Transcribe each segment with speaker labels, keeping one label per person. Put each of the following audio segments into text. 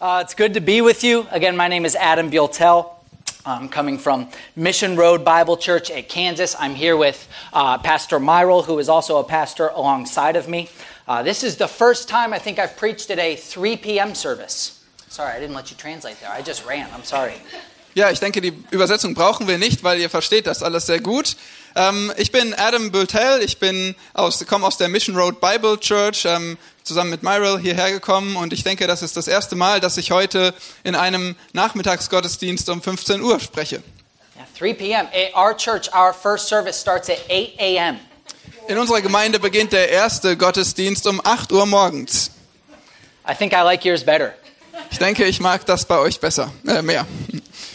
Speaker 1: Uh, it's good to be with you. Again, my name is Adam Bultel. I'm coming from Mission Road Bible Church at Kansas. I'm here with uh, Pastor Myrell, who is also a pastor alongside of me. Uh, this is the first time I think I've preached at a 3 p.m. service. Sorry, I didn't let you translate there. I just ran. I'm sorry.
Speaker 2: Ja, ich denke, die Übersetzung brauchen wir nicht, weil ihr versteht das alles sehr gut. Ähm, ich bin Adam Bultel, ich bin aus, komme aus der Mission Road Bible Church, ähm, zusammen mit Myril hierher gekommen und ich denke, das ist das erste Mal, dass ich heute in einem Nachmittagsgottesdienst um 15 Uhr spreche.
Speaker 1: Yeah, 3 p.m. At Eh, our church, our first service starts at 8 a.m.
Speaker 2: In unserer Gemeinde beginnt der erste Gottesdienst um 8 Uhr morgens.
Speaker 1: I think I like yours better.
Speaker 2: Ich denke, ich mag das bei euch besser, äh, mehr.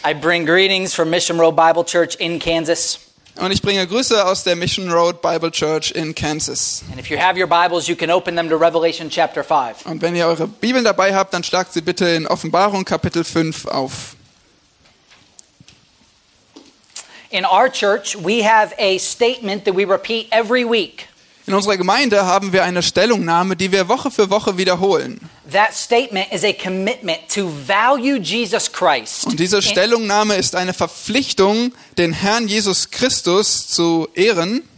Speaker 1: I bring greetings from Mission Road Bible Church in Kansas.
Speaker 2: Und ich bringe Grüße aus der Mission Road Bible Church in Kansas.
Speaker 1: And if you have your Bibles, you can open them to Revelation chapter 5.
Speaker 2: Und wenn ihr eure Bibeln dabei habt, dann schlagt sie bitte in Offenbarung Kapitel 5 auf.
Speaker 1: In our church, we have a statement that we repeat every week.
Speaker 2: In unserer Gemeinde haben wir eine Stellungnahme, die wir Woche für Woche wiederholen.
Speaker 1: That statement is a commitment to value Jesus Christ
Speaker 2: Und diese Stellungnahme ist eine Verpflichtung, den Herrn Jesus Christus zu ehren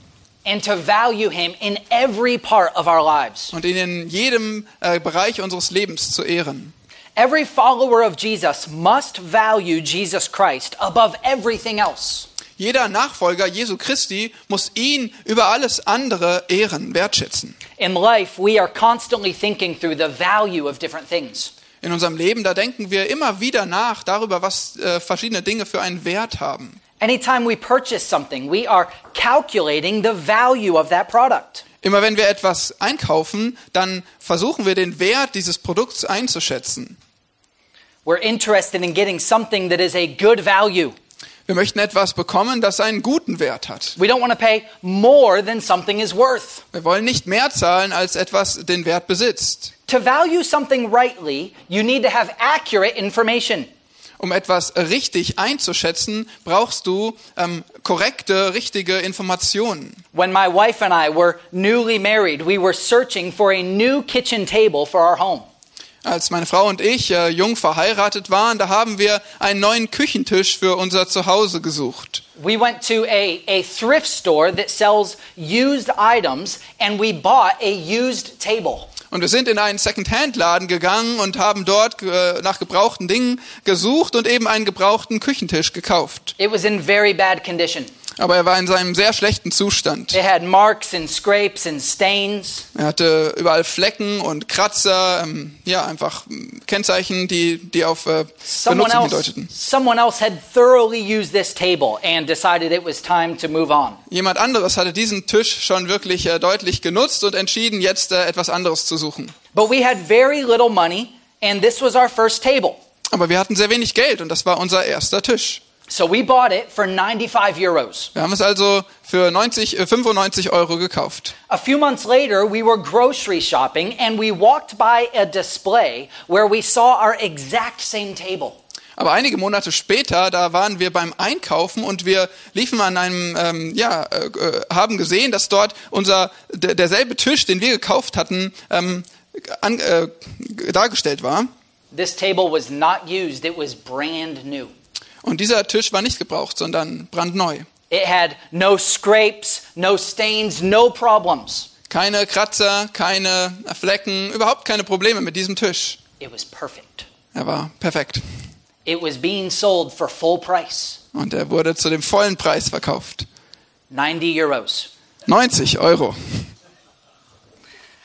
Speaker 1: and to value him in every part of our lives.
Speaker 2: und ihn in jedem äh, Bereich unseres Lebens zu ehren.
Speaker 1: Every follower of Jesus must value Jesus Christ above everything else.
Speaker 2: Jeder Nachfolger Jesu Christi muss ihn über alles andere ehren, wertschätzen.
Speaker 1: In life, we are constantly thinking through the value of different things.
Speaker 2: In unserem Leben, da denken wir immer wieder nach darüber, was äh, verschiedene Dinge für einen Wert haben.
Speaker 1: Anytime we purchase something, we are calculating the value of that product.
Speaker 2: Immer wenn wir etwas einkaufen, dann versuchen wir den Wert dieses Produkts einzuschätzen.
Speaker 1: We're interested in getting something that is a good value.
Speaker 2: Wir möchten etwas bekommen, das einen guten Wert hat.
Speaker 1: We don't want to pay more than something is worth.
Speaker 2: Wir wollen nicht mehr zahlen, als etwas den Wert besitzt.
Speaker 1: To value something rightly, you need to have accurate information.
Speaker 2: Um etwas richtig einzuschätzen, brauchst du ähm, korrekte, richtige Informationen.
Speaker 1: When my wife and I were newly married, we were searching for a new kitchen table for our home.
Speaker 2: Als meine Frau und ich äh, jung verheiratet waren, da haben wir einen neuen Küchentisch für unser Zuhause gesucht.
Speaker 1: We went to a, a thrift store that sells used items and we bought a used table.
Speaker 2: Und wir sind in einen Second-Hand-Laden gegangen und haben dort äh, nach gebrauchten Dingen gesucht und eben einen gebrauchten Küchentisch gekauft.
Speaker 1: It was in very bad condition.
Speaker 2: Aber er war in seinem sehr schlechten Zustand.
Speaker 1: It had marks and scrapes and stains.
Speaker 2: Er hatte überall Flecken und Kratzer, ähm, ja, einfach mm, Kennzeichen, die, die auf äh,
Speaker 1: Someone
Speaker 2: Benutzung
Speaker 1: else,
Speaker 2: bedeuteten.
Speaker 1: someone else had thoroughly used this table and decided it was time to move on.
Speaker 2: Jemand anderes hatte diesen Tisch schon wirklich äh, deutlich genutzt und entschieden, jetzt äh, etwas anderes zu suchen.
Speaker 1: But we had very little money, and this was our first table.
Speaker 2: Aber wir hatten sehr wenig Geld und das war unser erster Tisch.
Speaker 1: So we bought it for 95 euros.
Speaker 2: Wir haben es also für 90, äh, 95 Euro gekauft.
Speaker 1: A few months later, we were grocery shopping and we walked by a display where we saw our exact same table.
Speaker 2: Aber einige Monate später, da waren wir beim Einkaufen und wir liefen an einem, ähm, ja, äh, äh, haben gesehen, dass dort unser der, derselbe Tisch, den wir gekauft hatten, ähm, an, äh, dargestellt war.
Speaker 1: This table was not used, it was brand new.
Speaker 2: Und dieser Tisch war nicht gebraucht, sondern brandneu.
Speaker 1: It had no scrapes, no stains, no problems.
Speaker 2: Keine Kratzer, keine Flecken, überhaupt keine Probleme mit diesem Tisch.
Speaker 1: It was perfect.
Speaker 2: Er war perfekt.
Speaker 1: It was being sold for full price,
Speaker 2: Und er wurde zu dem vollen Preis verkauft.
Speaker 1: 90 euros.
Speaker 2: 90 Euro.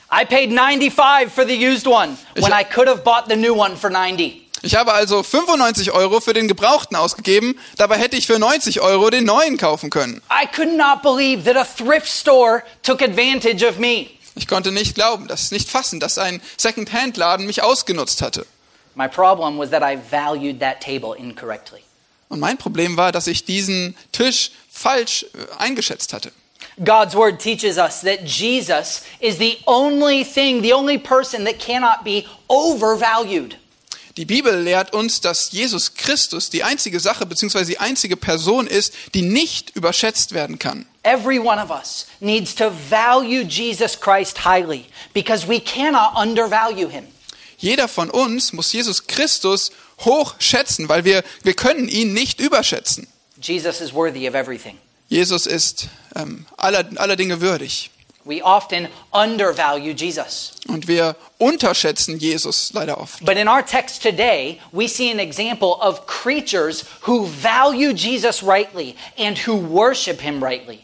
Speaker 1: I paid 95 for the used one when
Speaker 2: Ich-
Speaker 1: I could have bought the new one for 90.
Speaker 2: Ich habe also 95 Euro für den Gebrauchten ausgegeben, dabei hätte ich für 90 Euro den neuen kaufen können.
Speaker 1: I could not believe that a thrift store took advantage of me.
Speaker 2: Ich konnte nicht glauben, das nicht fassen, dass ein Second-Hand-Laden mich ausgenutzt hatte.
Speaker 1: My problem was that I valued that table incorrectly.
Speaker 2: Und mein Problem war, dass ich diesen Tisch falsch äh, eingeschätzt hatte.
Speaker 1: God's word teaches us that Jesus is the only thing, the only person that cannot be overvalued.
Speaker 2: Die Bibel lehrt uns, dass Jesus Christus die einzige Sache bzw. die einzige Person ist, die nicht überschätzt werden kann.
Speaker 1: Every one of us needs to value Jesus Christ highly because we cannot undervalue him.
Speaker 2: jeder von uns muss Jesus Christus hoch schätzen, weil wir, wir können ihn nicht überschätzen.
Speaker 1: Jesus is worthy of everything.
Speaker 2: Jesus ist ähm, aller, aller Dinge würdig.
Speaker 1: We often undervalue Jesus.
Speaker 2: Und wir unterschätzen Jesus leider oft.
Speaker 1: But in our text today, we see an example of creatures who value Jesus rightly and who worship him rightly.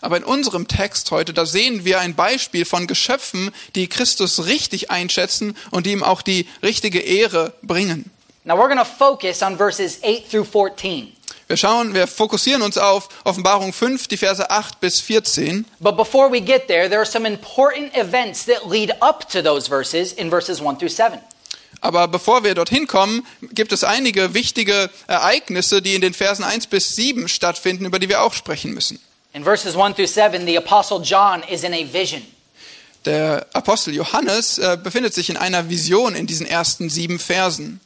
Speaker 2: Aber in unserem Text heute, da sehen wir ein Beispiel von Geschöpfen, die Christus richtig einschätzen und die ihm auch die richtige Ehre bringen.
Speaker 1: Now we're going to focus on verses 8 through 14.
Speaker 2: Wir schauen, wir fokussieren uns auf Offenbarung 5, die Verse 8 bis 14.
Speaker 1: But before we get there, there are some important events that lead up to those verses in verses 1 through 7.
Speaker 2: Aber bevor wir dorthin kommen, gibt es einige wichtige Ereignisse, die in den Versen 1 bis 7 stattfinden, über die wir auch sprechen müssen.
Speaker 1: In verses 1 through 7, the Apostle John is in a vision.
Speaker 2: Der Apostel Johannes äh, befindet sich in einer Vision in diesen ersten sieben Versen.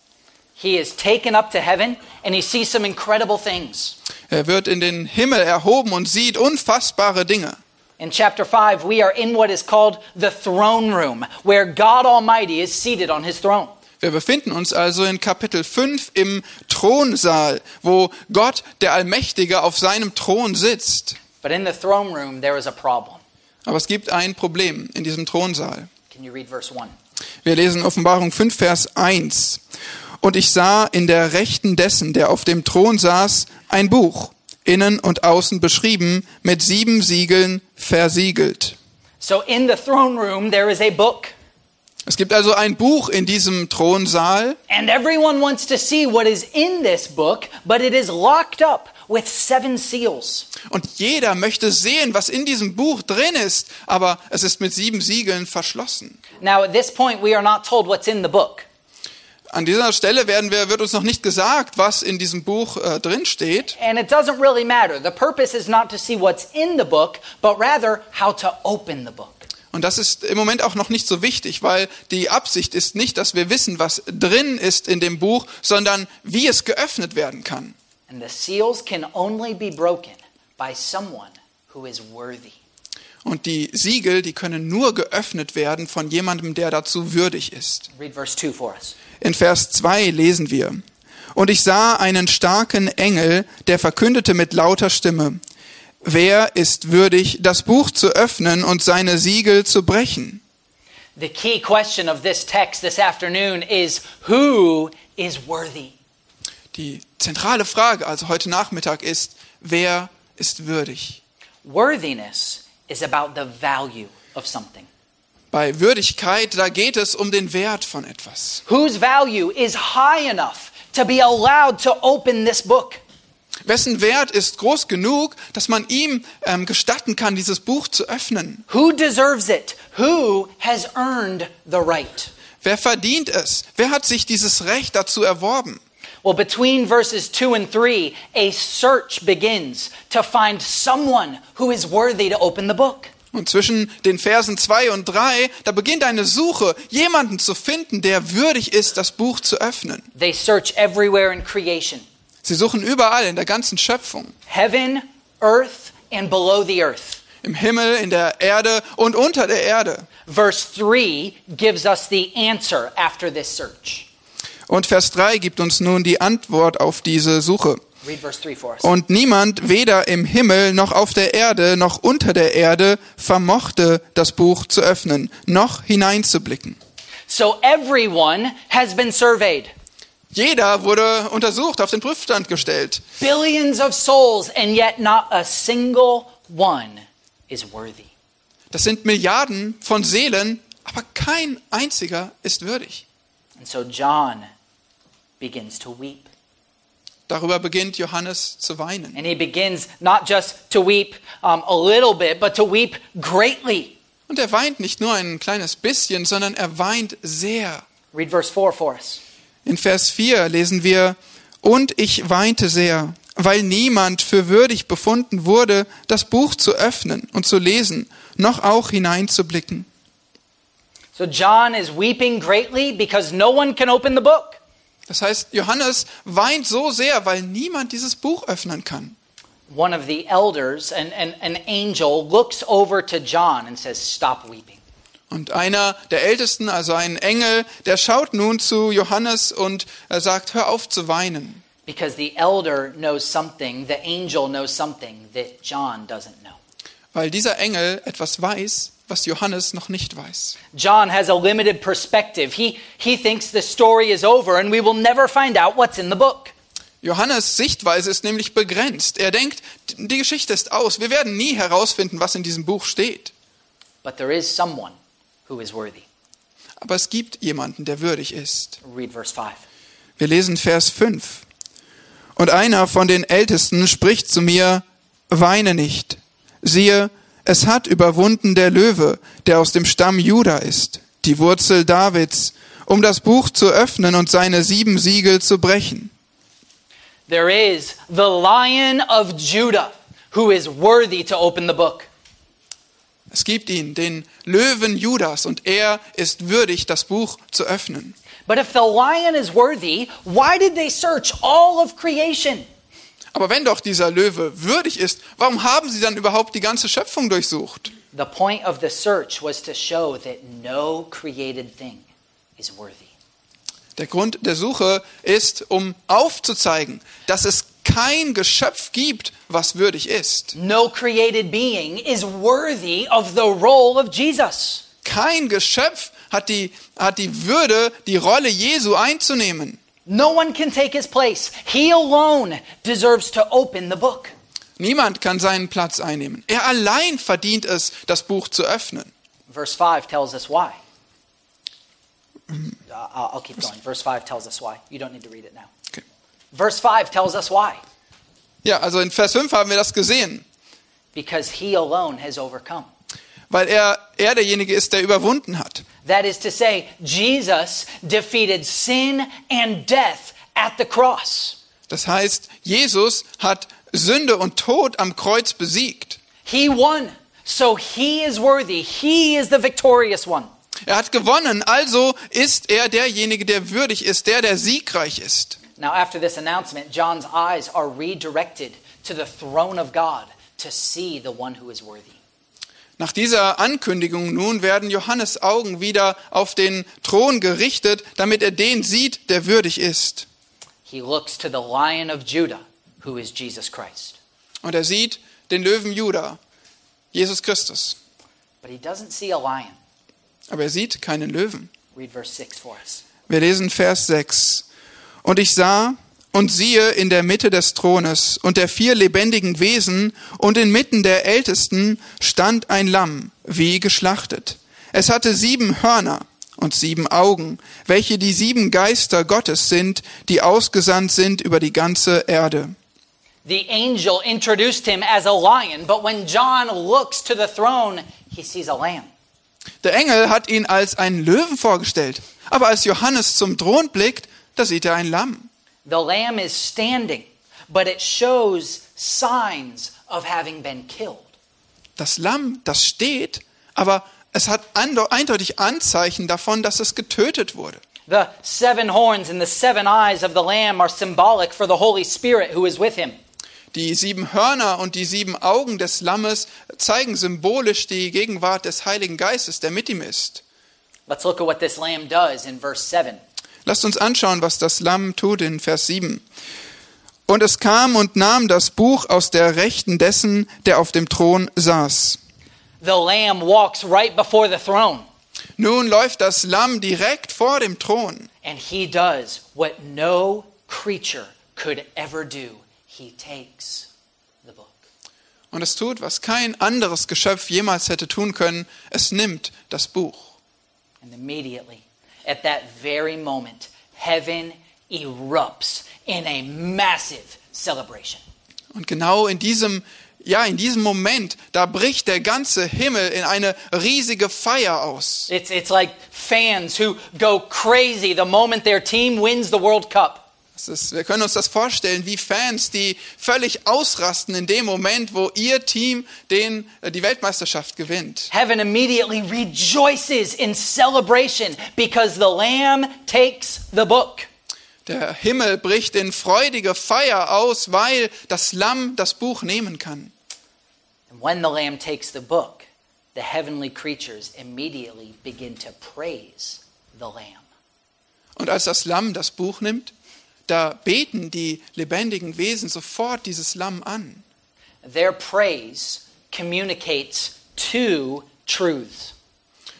Speaker 1: He is taken up to heaven and he sees some incredible things.
Speaker 2: Er wird in den Himmel erhoben und sieht unfassbare Dinge.
Speaker 1: In chapter 5, we are in what is called the throne room, where God Almighty is seated on his throne.
Speaker 2: Wir befinden uns also in Kapitel 5 im Thronsaal, wo Gott, der Allmächtige, auf seinem Thron sitzt.
Speaker 1: But in the throne room, there is a problem.
Speaker 2: Aber es gibt ein Problem in diesem Thronsaal.
Speaker 1: Can you read verse 1?
Speaker 2: Wir lesen Offenbarung 5, Vers 1. Und ich sah in der Rechten dessen, der auf dem Thron saß, ein Buch, innen und außen beschrieben, mit sieben Siegeln versiegelt.
Speaker 1: So in the throne room, there is a book,
Speaker 2: Es gibt also ein Buch in diesem Thronsaal
Speaker 1: and everyone wants to see what is in this book, but it is locked up with seven seals.
Speaker 2: und jeder möchte sehen, was in diesem Buch drin ist, aber es ist mit sieben Siegeln verschlossen.
Speaker 1: Now, at this point, we are not told what's in the book.
Speaker 2: An dieser Stelle werden wir, wird uns noch nicht gesagt, was in diesem Buch äh, drin steht.
Speaker 1: And it doesn't really matter. The purpose is not to see what's in the book, but rather how to open the book.
Speaker 2: Und das ist im Moment auch noch nicht so wichtig, weil die Absicht ist nicht, dass wir wissen, was drin ist in dem Buch, sondern wie es geöffnet werden kann.
Speaker 1: And the seals can only be broken by someone who is worthy.
Speaker 2: Und die Siegel, die können nur geöffnet werden von jemandem, der dazu würdig ist.
Speaker 1: Read verse 2 for us.
Speaker 2: In Vers 2 lesen wir, Und ich sah einen starken Engel, der verkündete mit lauter Stimme, Wer ist würdig, das Buch zu öffnen und seine Siegel zu brechen?
Speaker 1: The key question of this text this afternoon is who is worthy?
Speaker 2: Die zentrale Frage also heute Nachmittag ist, wer ist würdig?
Speaker 1: Worthiness is about the value of something.
Speaker 2: Bei Würdigkeit, da geht es um den Wert von etwas.
Speaker 1: Whose value is high enough to be allowed to open this book?
Speaker 2: Wessen Wert ist groß genug, dass man ihm ähm, gestatten kann, dieses Buch zu öffnen?
Speaker 1: Who deserves it? Who has earned the right?
Speaker 2: Wer verdient es? Wer hat sich dieses Recht dazu erworben?
Speaker 1: Well, between verses 2 and 3, a search begins to find someone who is worthy to open the book.
Speaker 2: Und zwischen den Versen 2 und 3, da beginnt eine Suche, jemanden zu finden, der würdig ist, das Buch zu öffnen.
Speaker 1: They search everywhere in creation
Speaker 2: Sie suchen überall in der ganzen Schöpfung,
Speaker 1: heaven, earth, and below the earth.
Speaker 2: im Himmel, in der Erde und unter der Erde.
Speaker 1: Verse 3 gives us the answer after this search.
Speaker 2: Und Vers 3 gibt uns nun die Antwort auf diese Suche.
Speaker 1: Read verse 3 for us.
Speaker 2: Und niemand, weder im Himmel noch auf der Erde noch unter der Erde, vermochte, das Buch zu öffnen, noch hineinzublicken.
Speaker 1: So everyone has been surveyed.
Speaker 2: Jeder wurde untersucht, auf den Prüfstand gestellt.
Speaker 1: Billions of souls, and yet not a single one is worthy.
Speaker 2: Das sind Milliarden von Seelen, aber kein einziger ist würdig.
Speaker 1: And so John begins to weep.
Speaker 2: Darüber beginnt Johannes zu weinen.
Speaker 1: And he begins not just to weep um, a little bit, but to weep greatly.
Speaker 2: Und er weint nicht nur ein kleines bisschen, sondern er weint sehr.
Speaker 1: Read verse 4 for us.
Speaker 2: In Vers 4 lesen wir, und ich weinte sehr, weil niemand für würdig befunden wurde, das Buch zu öffnen und zu lesen, noch auch hineinzublicken.
Speaker 1: So John is weeping greatly because no one can open the book.
Speaker 2: Das heißt, Johannes weint so sehr, weil niemand dieses Buch öffnen kann.
Speaker 1: one of the elders, an, an, an angel, looks over to John and says, Stop weeping.
Speaker 2: Und einer der Ältesten, also ein Engel, der schaut nun zu Johannes und er sagt, hör auf zu weinen.
Speaker 1: because the elder knows something, the angel knows something that John doesn't know.
Speaker 2: Weil dieser Engel etwas weiß, was Johannes noch nicht weiß.
Speaker 1: John has a limited perspective. He, he thinks the story is over and we will never find out what's in the book.
Speaker 2: Johannes Sichtweise ist nämlich begrenzt. Er denkt, die Geschichte ist aus. Wir werden nie herausfinden, was in diesem Buch steht.
Speaker 1: But there is someone who is worthy.
Speaker 2: Aber es gibt jemanden, der würdig ist.
Speaker 1: Read verse 5.
Speaker 2: Wir lesen Vers 5. Und einer von den Ältesten spricht zu mir, weine nicht. Siehe, es hat überwunden der Löwe, der aus dem Stamm Juda ist, die Wurzel Davids, um das Buch zu öffnen und seine sieben Siegel zu brechen.
Speaker 1: There is the lion of Judah who is worthy to open the book.
Speaker 2: Es gibt ihn, den Löwen Judas, und er ist würdig, das Buch zu öffnen.
Speaker 1: But if the lion is worthy, why did they search all of creation?
Speaker 2: Aber wenn doch dieser Löwe würdig ist, warum haben sie dann überhaupt die ganze Schöpfung durchsucht?
Speaker 1: The point of the search was to show that no created thing is worthy.
Speaker 2: Der Grund der Suche ist, um aufzuzeigen, dass es kein Geschöpf gibt, was würdig ist.
Speaker 1: No created being is worthy of the role of Jesus.
Speaker 2: Kein Geschöpf hat die, hat die Würde, die Rolle Jesu einzunehmen.
Speaker 1: No one can take his place. He alone deserves to open the book.
Speaker 2: Niemand kann seinen Platz einnehmen. Er allein verdient es, das Buch zu öffnen.
Speaker 1: Verse 5 tells us why. Uh, I'll I'll keep going. Verse 5 tells us why. You don't need to read it now.
Speaker 2: Okay.
Speaker 1: Verse 5 tells us why.
Speaker 2: Ja, also in Vers 5 haben wir das gesehen,
Speaker 1: Because he alone has overcome.
Speaker 2: weil er, er derjenige ist, der überwunden hat.
Speaker 1: That is to say, Jesus defeated sin and death at the cross.
Speaker 2: Das heißt, Jesus hat Sünde und Tod am Kreuz besiegt.
Speaker 1: He won. So he is worthy. He is the victorious one.
Speaker 2: Er hat gewonnen, also ist er derjenige, der würdig ist, der, der siegreich ist.
Speaker 1: Now, after this announcement, John's eyes are redirected to the throne of God to see the one who is worthy.
Speaker 2: Nach dieser Ankündigung nun werden Johannes Augen wieder auf den Thron gerichtet, damit er den sieht, der würdig ist.
Speaker 1: He looks to the Lion of Judah, who is Jesus Christ.
Speaker 2: Und er sieht den Löwen Juda, Jesus Christus.
Speaker 1: But he doesn't see a lion.
Speaker 2: Aber er sieht keinen Löwen.
Speaker 1: Read verse 6 for us.
Speaker 2: Wir lesen Vers 6. Und ich sah und siehe in der Mitte des Thrones und der vier lebendigen Wesen und inmitten der Ältesten stand ein Lamm, wie geschlachtet. Es hatte sieben Hörner und sieben Augen, welche die sieben Geister Gottes sind, die ausgesandt sind über die ganze Erde.
Speaker 1: The angel introduced him as a lion, but when John looks to the throne, he sees a lamb.
Speaker 2: Der Engel hat ihn als einen Löwen vorgestellt, aber als Johannes zum Thron blickt, da sieht er ein Lamm.
Speaker 1: The lamb is standing, but it shows signs of having been killed.
Speaker 2: das Lamm, das steht, aber es hat ande- eindeutig Anzeichen davon, dass es getötet wurde.
Speaker 1: The seven horns and the seven eyes of the Lamb are symbolic for the Holy Spirit who is with him.
Speaker 2: Die sieben Hörner und die sieben Augen des Lammes zeigen symbolisch die Gegenwart des Heiligen Geistes, der mit ihm ist.
Speaker 1: Let's look at what this Lamb does in verse 7.
Speaker 2: Lasst uns anschauen, was das Lamm tut in Vers 7. Und es kam und nahm das Buch aus der Rechten dessen, der auf dem Thron saß.
Speaker 1: The Lamb walks right before the throne,
Speaker 2: Nun läuft das Lamm direkt vor dem Thron.
Speaker 1: and he does what no creature could ever do he takes the book.
Speaker 2: Und es tut, was kein anderes Geschöpf jemals hätte tun können. Es nimmt das Buch.
Speaker 1: And immediately, at that very moment, heaven erupts in a massive celebration.
Speaker 2: Und genau in diesem, ja, in diesem Moment, da bricht der ganze Himmel in eine riesige Feier aus.
Speaker 1: It's, it's like fans who go crazy the moment their team wins the World Cup.
Speaker 2: Das ist, wir können uns das vorstellen, wie Fans, die völlig ausrasten in dem Moment, wo ihr Team den, äh, die Weltmeisterschaft gewinnt.
Speaker 1: Heaven immediately rejoices in celebration because the Lamb takes the book.
Speaker 2: Der Himmel bricht in freudige Feier aus, weil das Lamm das Buch nehmen kann.
Speaker 1: And when the Lamb takes the book, the heavenly creatures immediately begin to praise the Lamb.
Speaker 2: Und als das Lamm das Buch nimmt, da beten die lebendigen Wesen sofort dieses Lamm an.
Speaker 1: Their praise communicates two truths.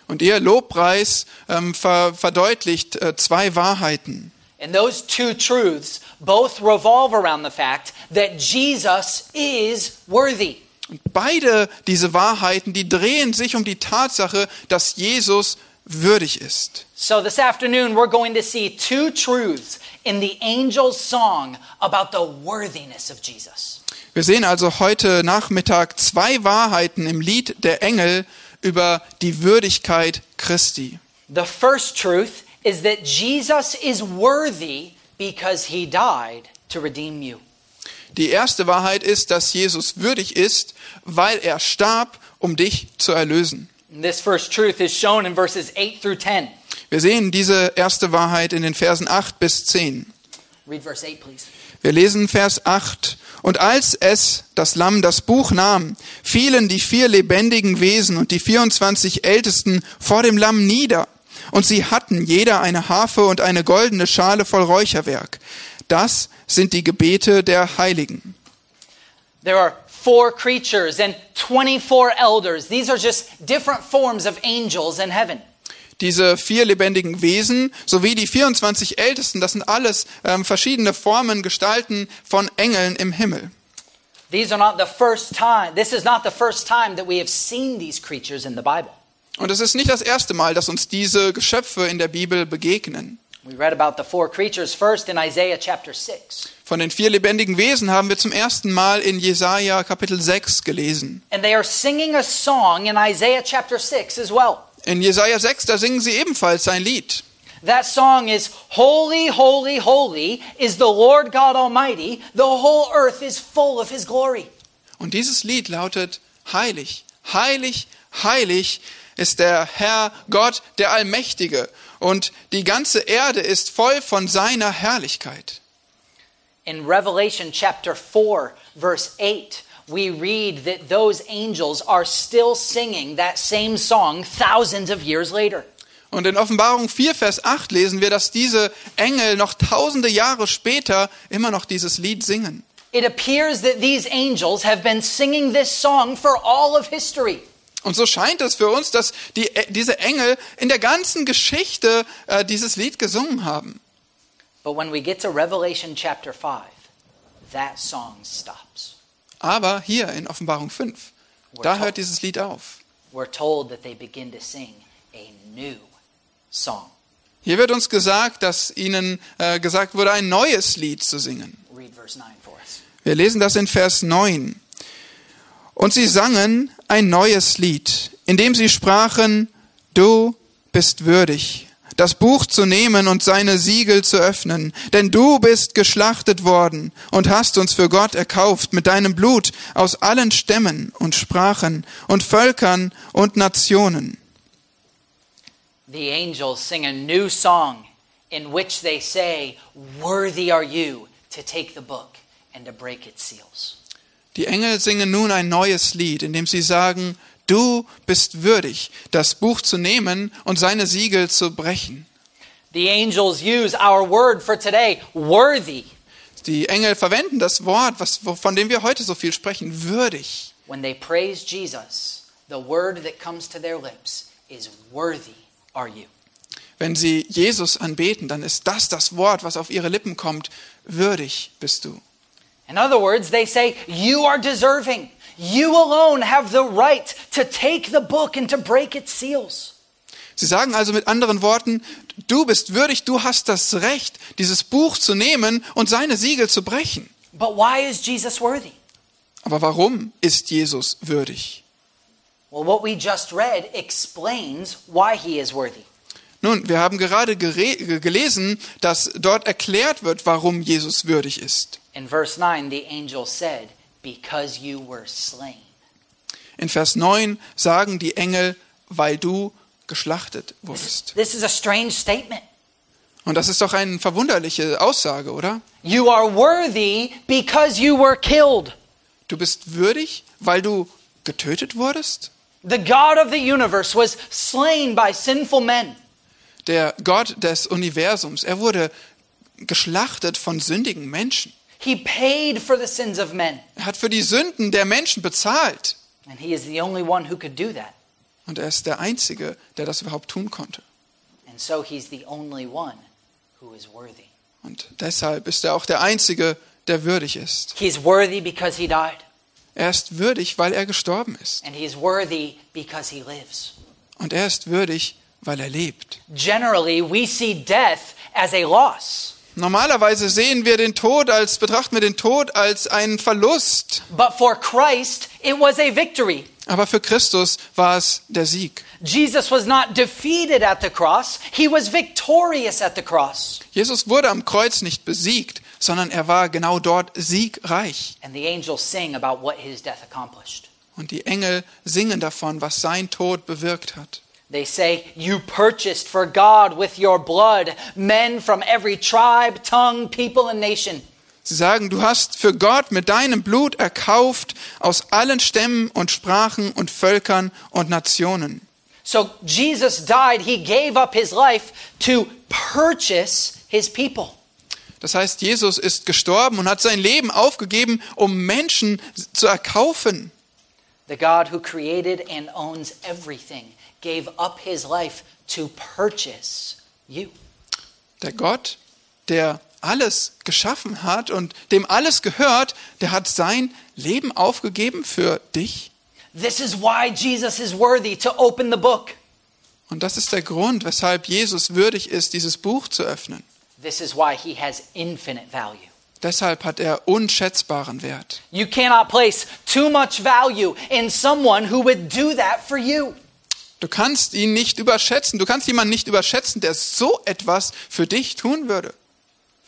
Speaker 2: Und ihr Lobpreis ähm, ver verdeutlicht äh, zwei Wahrheiten.
Speaker 1: And those two truths both revolve around the fact that Jesus is worthy.
Speaker 2: Und beide diese Wahrheiten, die drehen sich um die Tatsache, dass Jesus würdig ist.
Speaker 1: So, this afternoon, we're going to see two truths in the angel's song about the worthiness of Jesus.
Speaker 2: Wir sehen also heute Nachmittag zwei Wahrheiten im Lied der Engel über die Würdigkeit Christi.
Speaker 1: The first truth is that Jesus is worthy because he died to redeem you.
Speaker 2: Die erste Wahrheit ist, dass Jesus würdig ist, weil er starb, um dich zu erlösen.
Speaker 1: And this first truth is shown in verses 8 through 10.
Speaker 2: Wir sehen diese erste Wahrheit in den Versen 8 bis 10.
Speaker 1: Read verse 8, please.
Speaker 2: Wir lesen Vers 8. Und als es, das Lamm, das Buch nahm, fielen die vier lebendigen Wesen und die 24 Ältesten vor dem Lamm nieder. Und sie hatten jeder eine Harfe und eine goldene Schale voll Räucherwerk. Das sind die Gebete der Heiligen.
Speaker 1: There are four creatures and 24 elders. These are just different forms of angels in heaven.
Speaker 2: Diese vier lebendigen Wesen sowie die 24 Ältesten, das sind alles ähm, verschiedene Formen, Gestalten von Engeln im Himmel.
Speaker 1: These are not the first time, this is not the first time that we have seen these creatures in the Bible.
Speaker 2: Und es ist nicht das erste Mal, dass uns diese Geschöpfe in der Bibel begegnen.
Speaker 1: We read about the four creatures first in Isaiah chapter 6,
Speaker 2: Von den vier lebendigen Wesen haben wir zum ersten Mal in Jesaja Kapitel 6 gelesen.
Speaker 1: and they are singing a song in Isaiah chapter 6 as well.
Speaker 2: In Jesaja 6, da singen sie ebenfalls ein Lied.
Speaker 1: That song is Holy, holy, holy is the Lord God Almighty. The whole earth is full of his glory.
Speaker 2: Und dieses Lied lautet Heilig, heilig, heilig ist der Herr Gott, der Allmächtige. Und die ganze Erde ist voll von seiner Herrlichkeit.
Speaker 1: In Revelation chapter 4, verse 8, we read that those angels are still singing that same song thousands of years later.
Speaker 2: Und in Offenbarung 4, Vers 8 lesen wir, dass diese Engel noch tausende Jahre später immer noch dieses Lied singen.
Speaker 1: It appears that these angels have been singing this song for all of history.
Speaker 2: Und so scheint es für uns, dass die, äh, diese Engel in der ganzen Geschichte äh, dieses Lied gesungen haben.
Speaker 1: But when we get to Revelation chapter 5, that song stops.
Speaker 2: Aber hier in Offenbarung 5, da hört dieses Lied auf.
Speaker 1: We're told that they begin to sing a new song.
Speaker 2: Hier wird uns gesagt, dass ihnen äh, gesagt wurde, ein neues Lied zu singen.
Speaker 1: Read verse 9 for us.
Speaker 2: Wir lesen das in Vers 9. Und sie sangen ein neues Lied, indem sie sprachen, du bist würdig, das Buch zu nehmen und seine Siegel zu öffnen, denn du bist geschlachtet worden und hast uns für Gott erkauft mit deinem Blut aus allen Stämmen und Sprachen und Völkern und Nationen.
Speaker 1: The angels sing a new song in which they say, Worthy are you to take the book and to break its seals.
Speaker 2: Die Engel singen nun ein neues Lied, in dem sie sagen, du bist würdig, das Buch zu nehmen und seine Siegel zu brechen.
Speaker 1: The angels use our word for today, worthy,
Speaker 2: Die Engel verwenden das Wort, was, von dem wir heute so viel sprechen, würdig.
Speaker 1: when they praise Jesus. The word that comes to their lips is, Worthy are you.
Speaker 2: Wenn sie Jesus anbeten, dann ist das das Wort, was auf ihre Lippen kommt. Würdig bist du.
Speaker 1: In other words, they say, You are deserving. You alone have the right to take the book and to break its seals.
Speaker 2: Sie sagen also mit anderen Worten, du bist würdig, du hast das Recht, dieses Buch zu nehmen und seine Siegel zu brechen.
Speaker 1: But why is Jesus worthy?
Speaker 2: Aber warum ist Jesus würdig?
Speaker 1: Well, what we just read explains why he is worthy.
Speaker 2: Nun, wir haben gerade gere- ge- gelesen, dass dort erklärt wird, warum Jesus würdig ist.
Speaker 1: In verse 9, the angel said, Because you were slain.
Speaker 2: In Vers 9 sagen die Engel, weil du geschlachtet wurdest.
Speaker 1: This is a strange statement.
Speaker 2: Und das ist doch eine verwunderliche Aussage, oder?
Speaker 1: You are worthy because you were killed.
Speaker 2: Du bist würdig, weil du getötet wurdest?
Speaker 1: the God of the universe, was slain by sinful men.
Speaker 2: Der Gott des Universums, er wurde geschlachtet von sündigen Menschen.
Speaker 1: He paid for the sins of men,
Speaker 2: Er hat für die Sünden der Menschen bezahlt.
Speaker 1: and He is the only one who could do that.
Speaker 2: Und er ist der Einzige, der das überhaupt tun konnte.
Speaker 1: And so He's the only one who is worthy.
Speaker 2: Und deshalb ist er auch der Einzige, der würdig ist.
Speaker 1: He's worthy because He died,
Speaker 2: Er ist würdig, weil er gestorben ist.
Speaker 1: and He's worthy because He lives.
Speaker 2: Und er ist würdig, weil er lebt.
Speaker 1: Generally, we see death as a loss.
Speaker 2: Normalerweise sehen wir den Tod als, betrachten wir den Tod als einen Verlust.
Speaker 1: But for Christ, it was a victory.
Speaker 2: Aber für Christus war es der Sieg.
Speaker 1: Jesus was not defeated at the cross, he was victorious at the cross.
Speaker 2: Jesus wurde am Kreuz nicht besiegt, sondern er war genau dort siegreich.
Speaker 1: And the angels sing about what his death accomplished.
Speaker 2: Und die Engel singen davon, was sein Tod bewirkt hat.
Speaker 1: They say, You purchased for God with your blood men from every tribe, tongue, people, and nation.
Speaker 2: Sie sagen, du hast für Gott mit deinem Blut erkauft aus allen Stämmen und Sprachen und Völkern und Nationen.
Speaker 1: So Jesus died, he gave up his life to purchase his people.
Speaker 2: Das heißt, Jesus ist gestorben und hat sein Leben aufgegeben, um Menschen zu erkaufen.
Speaker 1: The God who created and owns everything gave up his life to purchase you.
Speaker 2: Der Gott, der alles geschaffen hat und dem alles gehört, der hat sein Leben aufgegeben für dich.
Speaker 1: This is why Jesus is worthy to open the book.
Speaker 2: Und das ist der Grund, weshalb Jesus würdig ist, dieses Buch zu öffnen.
Speaker 1: This is why he has infinite value.
Speaker 2: Deshalb hat er unschätzbaren Wert.
Speaker 1: You cannot place too much value in someone who would do that for you.
Speaker 2: Du kannst ihn nicht überschätzen. Du kannst jemanden nicht überschätzen, der so etwas für dich tun würde.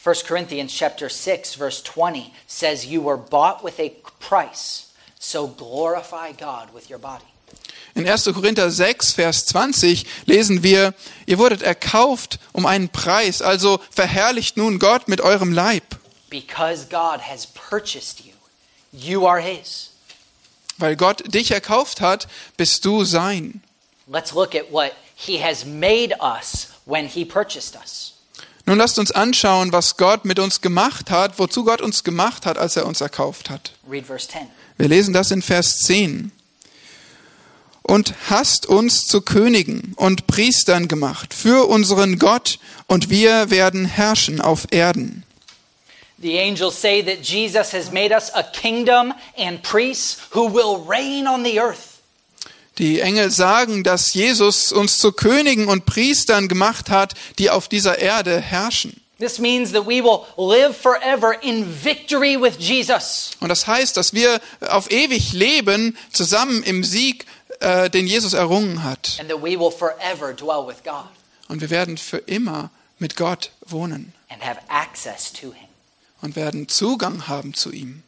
Speaker 1: 1 Corinthians chapter 6 verse 20 says you were bought with a price, so glorify God with your body.
Speaker 2: In 1. Korinther 6, Vers 20 lesen wir, ihr wurdet erkauft um einen Preis, also verherrlicht nun Gott mit eurem Leib,
Speaker 1: Because God has purchased you, you are his.
Speaker 2: weil Gott dich erkauft hat, bist du sein.
Speaker 1: Let's look at what he has made us when he purchased us.
Speaker 2: Nun lasst uns anschauen, was Gott mit uns gemacht hat, wozu Gott uns gemacht hat, als er uns erkauft hat.
Speaker 1: Read verse 10.
Speaker 2: Wir lesen das in Vers 10. Und hast uns zu Königen und Priestern gemacht für unseren Gott, und wir werden herrschen auf Erden.
Speaker 1: The angels say that Jesus has made us a kingdom and priests who will reign on the earth.
Speaker 2: Die Engel sagen, dass Jesus uns zu Königen und Priestern gemacht hat, die auf dieser Erde herrschen.
Speaker 1: This means that we will live forever in victory with Jesus.
Speaker 2: Und das heißt, dass wir auf ewig leben, zusammen im Sieg, äh, den Jesus errungen hat.
Speaker 1: and that we will forever dwell with God
Speaker 2: Und wir werden für immer mit Gott wohnen
Speaker 1: and have access to Him.
Speaker 2: und werden Zugang haben zu ihm.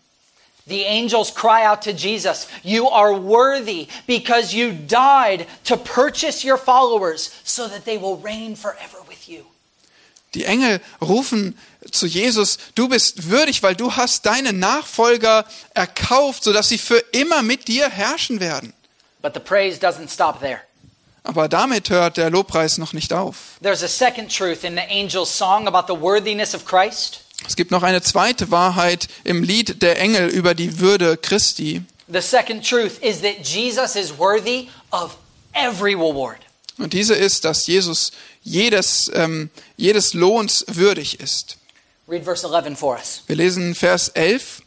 Speaker 1: The angels cry out to Jesus, You are worthy because you died to purchase your followers so that they will reign forever with you.
Speaker 2: Die Engel rufen zu Jesus, du bist würdig, weil du hast deine Nachfolger erkauft, sodass sie für immer mit dir herrschen werden.
Speaker 1: But the praise doesn't stop there.
Speaker 2: Aber damit hört der Lobpreis noch nicht auf.
Speaker 1: There's a second truth in the angel's song about the worthiness of Christ.
Speaker 2: Es gibt noch eine zweite Wahrheit im Lied der Engel über die Würde Christi.
Speaker 1: The second truth is that Jesus is worthy of every reward.
Speaker 2: Und diese ist, dass Jesus jedes, ähm, jedes Lohns würdig ist.
Speaker 1: Read verse 11 for us.
Speaker 2: Wir lesen Vers 11.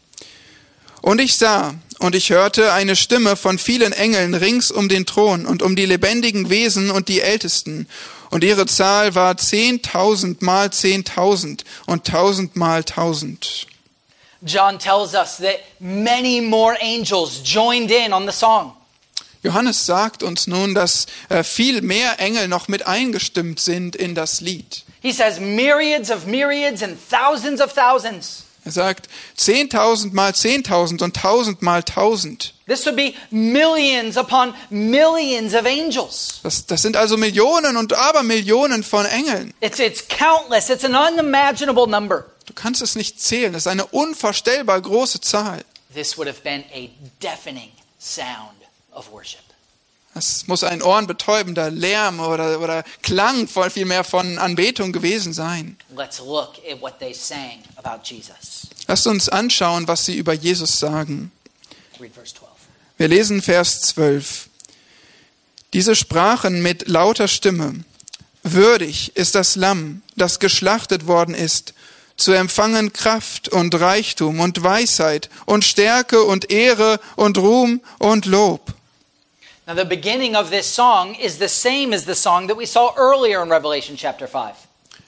Speaker 2: Und ich sah und ich hörte eine Stimme von vielen Engeln rings um den Thron und um die lebendigen Wesen und die Ältesten. Und ihre Zahl war zehntausend mal zehntausend und tausend mal tausend.
Speaker 1: John tells us that many more angels joined in on the song.
Speaker 2: Johannes sagt uns nun, dass äh, viel mehr Engel noch mit eingestimmt sind in das Lied.
Speaker 1: He says myriads of myriads and thousands of thousands.
Speaker 2: Er sagt zehntausend mal zehntausend und tausend mal tausend.
Speaker 1: This would be millions upon millions of angels.
Speaker 2: Das, das sind also Millionen und Abermillionen von Engeln.
Speaker 1: It's, it's countless, it's an unimaginable number.
Speaker 2: Du kannst es nicht zählen. Das ist eine unvorstellbar große Zahl.
Speaker 1: This would have been a deafening sound of worship.
Speaker 2: Es muss ein ohrenbetäubender Lärm oder, oder Klang voll viel mehr von Anbetung gewesen sein.
Speaker 1: Let's look at what they sang about Jesus.
Speaker 2: Lasst uns anschauen, was sie über Jesus sagen.
Speaker 1: Read verse 12.
Speaker 2: Wir lesen Vers 12. Diese sprachen mit lauter Stimme, würdig ist das Lamm, das geschlachtet worden ist, zu empfangen Kraft und Reichtum und Weisheit und Stärke und Ehre und Ruhm und Lob.
Speaker 1: Now, the beginning of this song is the same as the song that we saw earlier in Revelation chapter 5.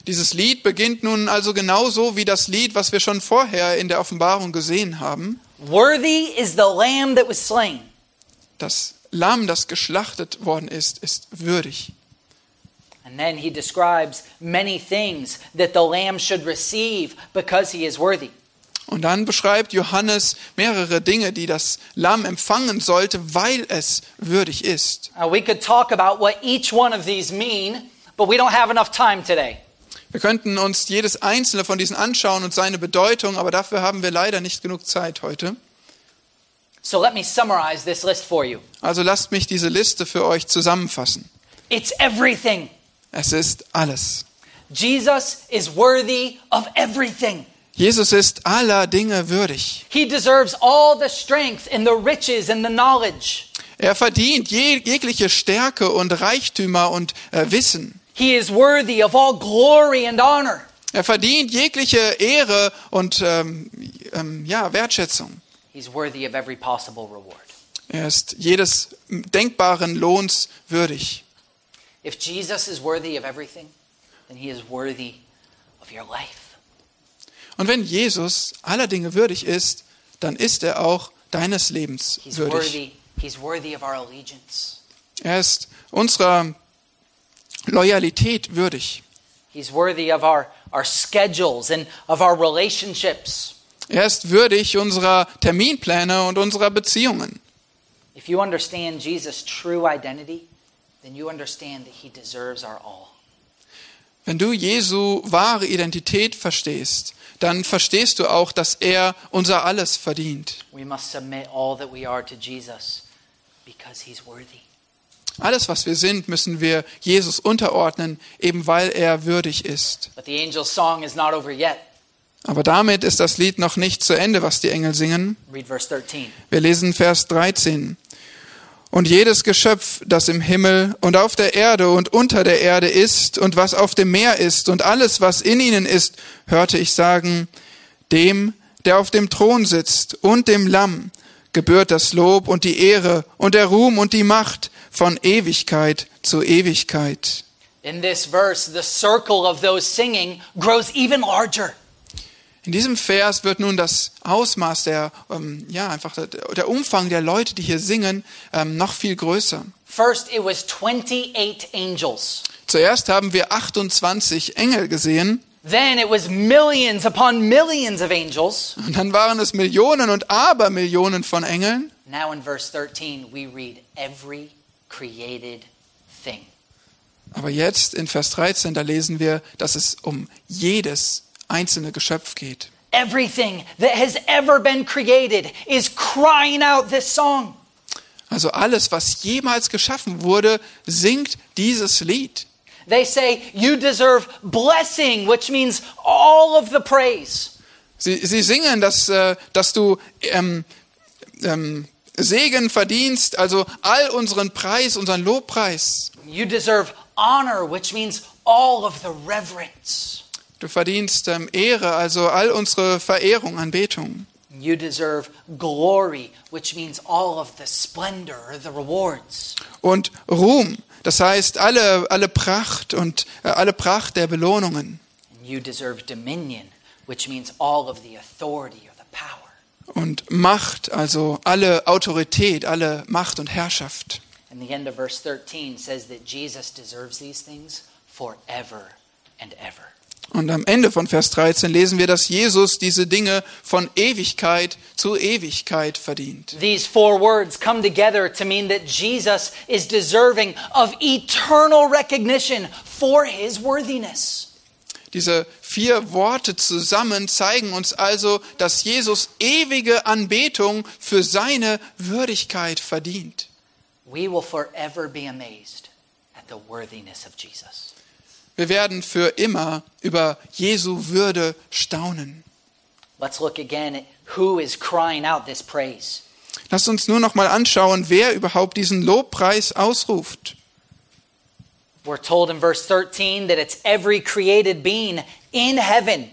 Speaker 2: Dieses Lied beginnt nun also genauso wie das Lied, was wir schon vorher in der Offenbarung gesehen haben.
Speaker 1: Worthy is the lamb that was slain.
Speaker 2: Das Lamm, das geschlachtet worden ist, ist würdig.
Speaker 1: And then he describes many things that the lamb should receive because he is worthy.
Speaker 2: Und dann beschreibt Johannes mehrere Dinge, die das Lamm empfangen sollte, weil es würdig ist.
Speaker 1: Now, we could talk about what each one of these mean, but we don't have enough time today.
Speaker 2: Wir könnten uns jedes einzelne von diesen anschauen und seine Bedeutung, aber dafür haben wir leider nicht genug Zeit heute.
Speaker 1: So let me summarize this list for you.
Speaker 2: Also lasst mich diese Liste für euch zusammenfassen.
Speaker 1: It's everything.
Speaker 2: Es ist alles.
Speaker 1: Jesus is worthy of everything.
Speaker 2: Jesus ist aller Dinge würdig.
Speaker 1: He deserves all the strength and the riches and the knowledge.
Speaker 2: Er verdient jeg jegliche Stärke und Reichtümer und äh, Wissen.
Speaker 1: He is worthy of all glory and honor.
Speaker 2: Er verdient jegliche Ehre und ähm, ähm, ja, Wertschätzung.
Speaker 1: He's worthy of every possible reward.
Speaker 2: Er ist jedes denkbaren Lohns würdig.
Speaker 1: If Jesus is worthy of everything, then he is worthy of your life.
Speaker 2: Und wenn Jesus aller Dinge würdig ist, dann ist er auch deines Lebens
Speaker 1: He's
Speaker 2: würdig.
Speaker 1: worthy. He's worthy of our allegiance.
Speaker 2: Er ist unserer Loyalität würdig.
Speaker 1: He's worthy of our, our schedules and of our relationships.
Speaker 2: Er ist würdig unserer Terminpläne und unserer Beziehungen.
Speaker 1: If you understand Jesus' true identity, then you understand that he deserves our all.
Speaker 2: Wenn du Jesu wahre Identität verstehst, dann verstehst du auch, dass er unser Alles verdient.
Speaker 1: We must submit all that we are to Jesus because he's worthy.
Speaker 2: Alles, was wir sind, müssen wir Jesus unterordnen, eben weil er würdig ist.
Speaker 1: But the angel's song is not over yet.
Speaker 2: Aber damit ist das Lied noch nicht zu Ende, was die Engel singen.
Speaker 1: Read verse 13.
Speaker 2: Wir lesen Vers 13. Und jedes Geschöpf, das im Himmel und auf der Erde und unter der Erde ist und was auf dem Meer ist und alles, was in ihnen ist, hörte ich sagen, dem, der auf dem Thron sitzt und dem Lamm, gebührt das Lob und die Ehre und der Ruhm und die Macht von Ewigkeit zu Ewigkeit.
Speaker 1: In this verse, the circle of those singing grows even larger.
Speaker 2: In diesem Vers wird nun das Ausmaß der, ähm, ja, einfach der, der Umfang der Leute, die hier singen, ähm, noch viel größer.
Speaker 1: First, it was 28 angels.
Speaker 2: Zuerst haben wir 28 Engel gesehen
Speaker 1: Then it was millions upon millions of angels.
Speaker 2: und dann waren es Millionen und Abermillionen von Engeln.
Speaker 1: Now in verse 13, we read every created thing.
Speaker 2: Aber jetzt in Vers 13, da lesen wir, dass es um jedes einzelne Geschöpf geht.
Speaker 1: Everything that has ever been created is crying out this song.
Speaker 2: Also alles, was jemals geschaffen wurde, singt dieses Lied.
Speaker 1: They say, You deserve blessing, which means all of the praise.
Speaker 2: Sie, sie singen, dass, äh, dass du ähm, ähm, Segen verdienst, also all unseren Preis, unseren Lobpreis.
Speaker 1: You deserve honor, which means all of the reverence.
Speaker 2: Du verdienst ähm, Ehre, also all unsere Verehrung, Anbetung.
Speaker 1: You deserve glory, which means all of the splendor or the rewards.
Speaker 2: und Ruhm. Das heißt, alle, alle Pracht und äh, alle Pracht der Belohnungen.
Speaker 1: And you deserve dominion, which means all of the authority or the power.
Speaker 2: Und Macht, also alle Autorität, alle Macht und Herrschaft.
Speaker 1: And the end of verse 13 says that Jesus deserves these things forever and ever.
Speaker 2: Und am Ende von Vers 13 lesen wir, dass Jesus diese Dinge von Ewigkeit zu Ewigkeit verdient.
Speaker 1: These four words come together to mean that Jesus is deserving of eternal recognition for his worthiness.
Speaker 2: Diese vier Worte zusammen zeigen uns also, dass Jesus ewige Anbetung für seine Würdigkeit verdient.
Speaker 1: we will forever be amazed at the worthiness of Jesus.
Speaker 2: Wir werden für immer über Jesu Würde staunen.
Speaker 1: Let's look again at who is crying out this praise.
Speaker 2: Lasst uns nur noch mal anschauen, wer überhaupt diesen Lobpreis ausruft.
Speaker 1: We're told in verse 13 that it's every created being in heaven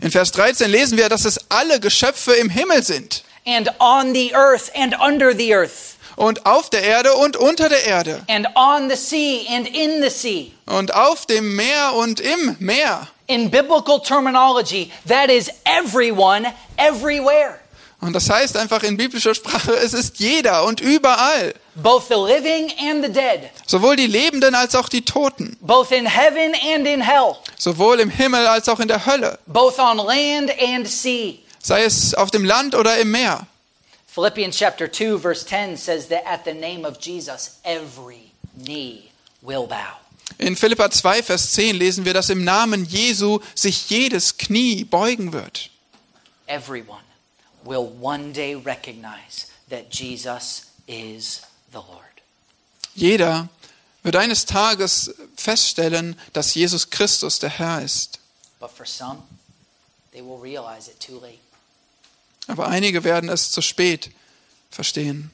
Speaker 2: In Vers 13 lesen wir, dass es alle Geschöpfe im Himmel sind
Speaker 1: and on the earth and under the earth
Speaker 2: und auf der Erde und unter der Erde
Speaker 1: and on the sea and in the sea.
Speaker 2: und auf dem Meer und im Meer.
Speaker 1: In biblical terminology, that is everyone, everywhere.
Speaker 2: Und das heißt einfach in biblischer Sprache, es ist jeder und überall,
Speaker 1: Both the living and the dead,
Speaker 2: sowohl die Lebenden als auch die Toten,
Speaker 1: both in heaven and in hell,
Speaker 2: sowohl im Himmel als auch in der Hölle,
Speaker 1: both on land and sea.
Speaker 2: sei es auf dem Land oder im Meer.
Speaker 1: Philippians chapter 2 verse 10 says that at the name of Jesus every knee will bow.
Speaker 2: In Philippa 2, Vers 10 lesen wir, dass im Namen Jesu sich jedes Knie beugen wird.
Speaker 1: Everyone will one day recognize that Jesus is the Lord.
Speaker 2: Jeder wird eines Tages feststellen, dass Jesus Christus der Herr ist.
Speaker 1: But for some, they will realize it too late.
Speaker 2: Aber einige werden es zu spät verstehen.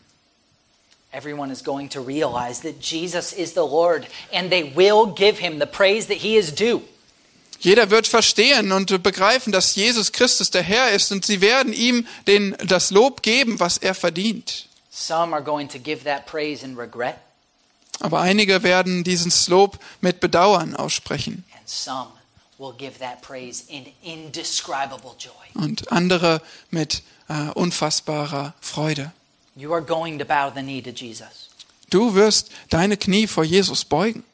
Speaker 1: Everyone is going to realize that Jesus is the Lord and they will give him the praise that he is due.
Speaker 2: Jeder wird verstehen und begreifen, dass Jesus Christus der Herr ist und sie werden ihm den, das Lob geben, was er verdient.
Speaker 1: Some are going to give that praise in regret,
Speaker 2: Aber einige werden dieses Lob mit Bedauern aussprechen
Speaker 1: and some will give that praise in indescribable joy.
Speaker 2: und andere mit äh, unfassbarer Freude.
Speaker 1: You are going to bow the knee to Jesus.
Speaker 2: Du wirst deine Knie vor Jesus beugen.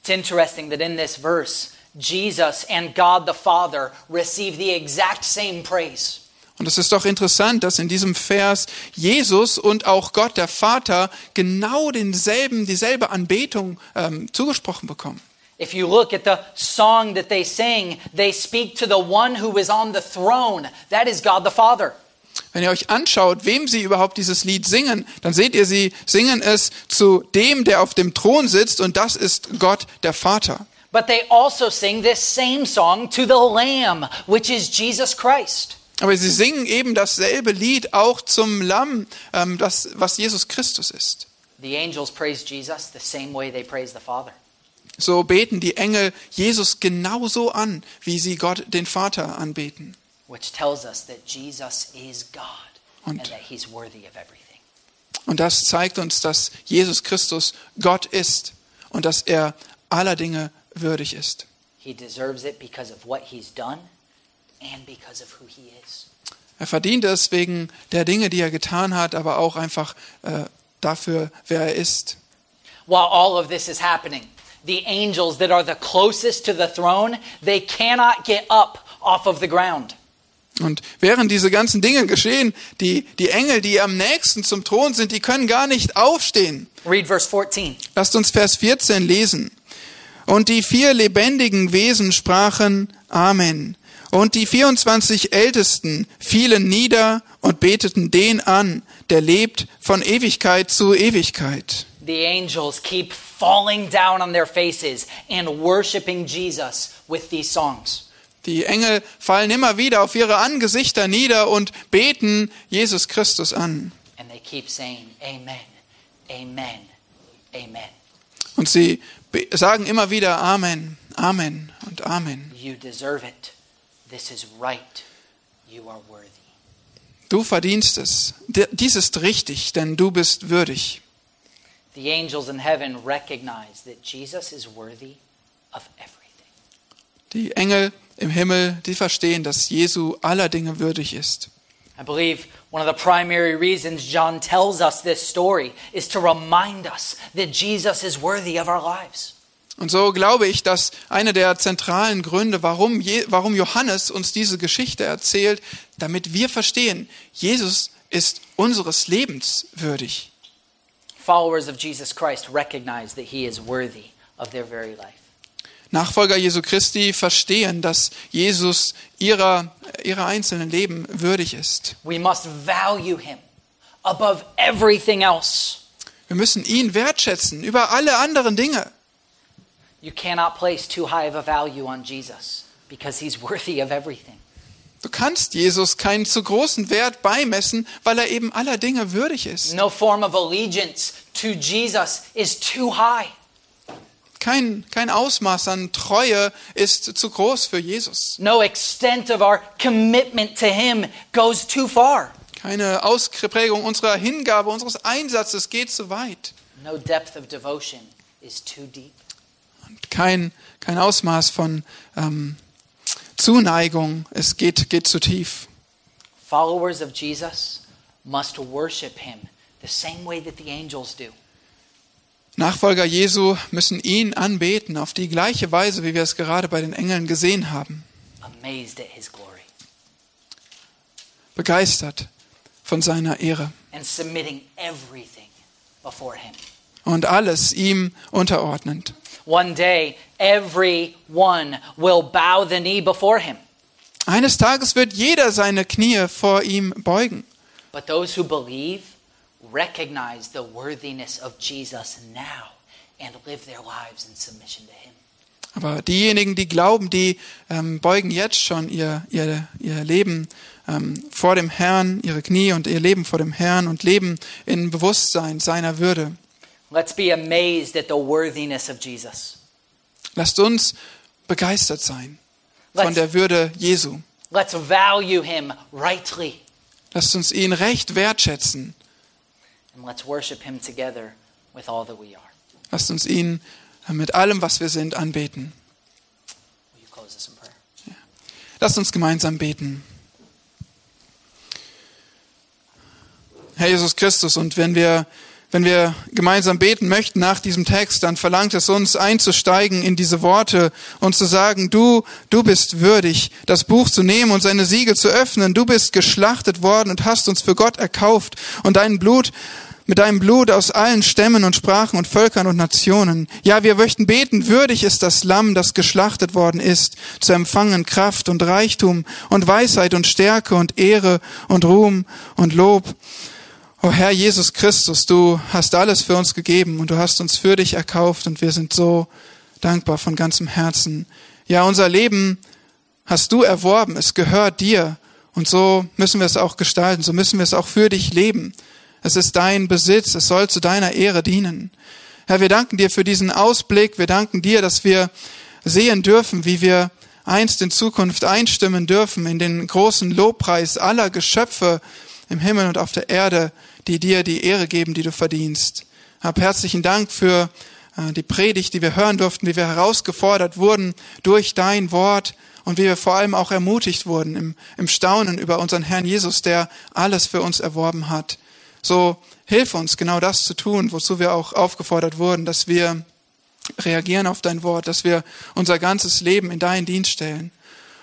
Speaker 1: It's interesting that in this verse, Jesus and God the Father receive the exact same praise.
Speaker 2: Und es ist doch interessant, dass in diesem Vers Jesus und auch Gott der Vater genau denselben, dieselbe Anbetung ähm, zugesprochen bekommen.
Speaker 1: If you look at the song that they sing, they speak to the one who is on the throne. That is God the Father.
Speaker 2: Wenn ihr euch anschaut, wem sie überhaupt dieses Lied singen, dann seht ihr, sie singen es zu dem, der auf dem Thron sitzt, und das ist Gott der Vater.
Speaker 1: But they also sing this same song to the Lamb, which is Jesus Christ.
Speaker 2: Aber sie singen eben dasselbe Lied auch zum Lamm, ähm, das, was Jesus Christus ist.
Speaker 1: The angels praise Jesus the same way they praise the Father.
Speaker 2: So beten die Engel Jesus genauso an, wie sie Gott den Vater anbeten.
Speaker 1: which tells us that Jesus is God
Speaker 2: Und-
Speaker 1: and that he's worthy of everything.
Speaker 2: Und das zeigt uns, dass Jesus Christus Gott ist und dass er aller Dinge würdig ist.
Speaker 1: He deserves it because of what he's done and because of who he is.
Speaker 2: Er verdient es wegen der Dinge, die er getan hat, aber auch einfach äh, dafür, wer er ist.
Speaker 1: While all of this is happening, the angels that are the closest to the throne, they cannot get up off of the ground.
Speaker 2: Und während diese ganzen Dinge geschehen, die, die Engel, die am nächsten zum Thron sind, die können gar nicht aufstehen.
Speaker 1: Read verse 14.
Speaker 2: Lasst uns Vers 14 lesen. Und die vier lebendigen Wesen sprachen Amen. Und die 24 Ältesten fielen nieder und beteten den an, der lebt von Ewigkeit zu Ewigkeit.
Speaker 1: The angels keep falling down on their faces and worshiping Jesus with these songs.
Speaker 2: Die Engel fallen immer wieder auf ihre Angesichter nieder und beten Jesus Christus an.
Speaker 1: And they keep saying, Amen, Amen, Amen.
Speaker 2: Und sie be- sagen immer wieder Amen, Amen und Amen.
Speaker 1: You deserve it. This is right. You are worthy.
Speaker 2: Du verdienst es. D- Dies ist richtig, denn du bist würdig.
Speaker 1: The angels in heaven recognize that Jesus is worthy of everything.
Speaker 2: Die Engel im Himmel, die verstehen, dass Jesu aller Dinge würdig ist.
Speaker 1: I believe one of the primary reasons John tells us this story is to remind us that Jesus is worthy of our lives.
Speaker 2: Und so glaube ich, dass einer der zentralen Gründe, warum, Je warum Johannes uns diese Geschichte erzählt, damit wir verstehen, Jesus ist unseres Lebens würdig.
Speaker 1: Followers of Jesus Christ recognize that he is worthy of their very life.
Speaker 2: Nachfolger Jesu Christi verstehen, dass Jesus ihrer, ihrer einzelnen Leben würdig ist.
Speaker 1: We must value him above everything else.
Speaker 2: Wir müssen ihn wertschätzen über alle anderen Dinge.
Speaker 1: You cannot place too high of a value on Jesus because he's worthy of everything.
Speaker 2: Du kannst Jesus keinen zu großen Wert beimessen, weil er eben aller Dinge würdig ist.
Speaker 1: No form of allegiance to Jesus is too high.
Speaker 2: Kein, kein Ausmaß an Treue ist zu groß für Jesus.
Speaker 1: No extent of our commitment to him goes too far.
Speaker 2: Keine Ausprägung unserer Hingabe, unseres Einsatzes geht zu weit.
Speaker 1: No depth of devotion is too deep.
Speaker 2: Und kein, kein Ausmaß von ähm, Zuneigung, es geht, geht zu tief.
Speaker 1: Followers of Jesus must worship him the same way that the angels do.
Speaker 2: Nachfolger Jesu müssen ihn anbeten auf die gleiche Weise, wie wir es gerade bei den Engeln gesehen haben.
Speaker 1: amazed at his glory
Speaker 2: Begeistert von seiner Ehre
Speaker 1: and submitting everything before him.
Speaker 2: und alles ihm unterordnend.
Speaker 1: One day, everyone will bow the knee before him.
Speaker 2: Eines Tages wird jeder seine Knie vor ihm beugen.
Speaker 1: But those who believe recognize the worthiness of Jesus now and live their lives in submission to him.
Speaker 2: Aber diejenigen, die glauben, die ähm, beugen jetzt schon ihr, ihr, ihr Leben ähm, vor dem Herrn, ihre Knie und ihr Leben vor dem Herrn und leben in Bewusstsein seiner Würde.
Speaker 1: Let's be amazed at the worthiness of Jesus.
Speaker 2: Lasst uns begeistert sein von
Speaker 1: Let's,
Speaker 2: der Würde Jesu.
Speaker 1: let's value him rightly
Speaker 2: Lasst uns ihn recht wertschätzen.
Speaker 1: and let's worship him together with all that we are.
Speaker 2: Lasst uns ihn äh, mit allem, was wir sind, anbeten.
Speaker 1: Will you close this in prayer?
Speaker 2: Lasst uns gemeinsam beten. Herr Jesus Christus, und wenn wir, wenn wir gemeinsam beten möchten nach diesem Text, dann verlangt es uns einzusteigen in diese Worte und zu sagen, du, du bist würdig, das Buch zu nehmen und seine Siegel zu öffnen. Du bist geschlachtet worden und hast uns für Gott erkauft und dein Blut mit deinem Blut aus allen Stämmen und Sprachen und Völkern und Nationen. Ja, wir möchten beten, würdig ist das Lamm, das geschlachtet worden ist, zu empfangen Kraft und Reichtum und Weisheit und Stärke und Ehre und Ruhm und Lob. O Oh Herr Jesus Christus, du hast alles für uns gegeben und du hast uns für dich erkauft und wir sind so dankbar von ganzem Herzen. Ja, unser Leben hast du erworben, es gehört dir und so müssen wir es auch gestalten, so müssen wir es auch für dich leben. Es ist dein Besitz, es soll zu deiner Ehre dienen. Herr, wir danken dir für diesen Ausblick, wir danken dir, dass wir sehen dürfen, wie wir einst in Zukunft einstimmen dürfen in den großen Lobpreis aller Geschöpfe im Himmel und auf der Erde, die dir die Ehre geben, die du verdienst. Hab herzlichen Dank für äh, die Predigt, die wir hören durften, wie wir herausgefordert wurden durch dein Wort und wie wir vor allem auch ermutigt wurden im, im Staunen über unseren Herrn Jesus, der alles für uns erworben hat. So hilf uns, genau das zu tun, wozu wir auch aufgefordert wurden, dass wir reagieren auf dein Wort, dass wir unser ganzes Leben in deinen Dienst stellen.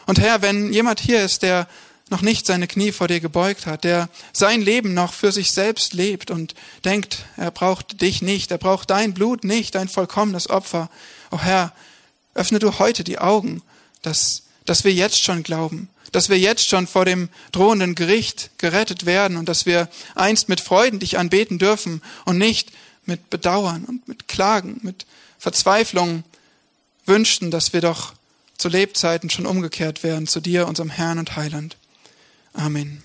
Speaker 2: Und Herr, wenn jemand hier ist, der noch nicht seine Knie vor dir gebeugt hat, der sein Leben noch für sich selbst lebt und denkt, er braucht dich nicht, er braucht dein Blut nicht, dein vollkommenes Opfer. O Herr, öffne du heute die Augen, dass, dass wir jetzt schon glauben, dass wir jetzt schon vor dem drohenden Gericht gerettet werden und dass wir einst mit Freuden dich anbeten dürfen und nicht mit Bedauern und mit Klagen, mit Verzweiflung wünschten, dass wir doch zu Lebzeiten schon umgekehrt werden zu dir, unserem Herrn und Heiland. Amen.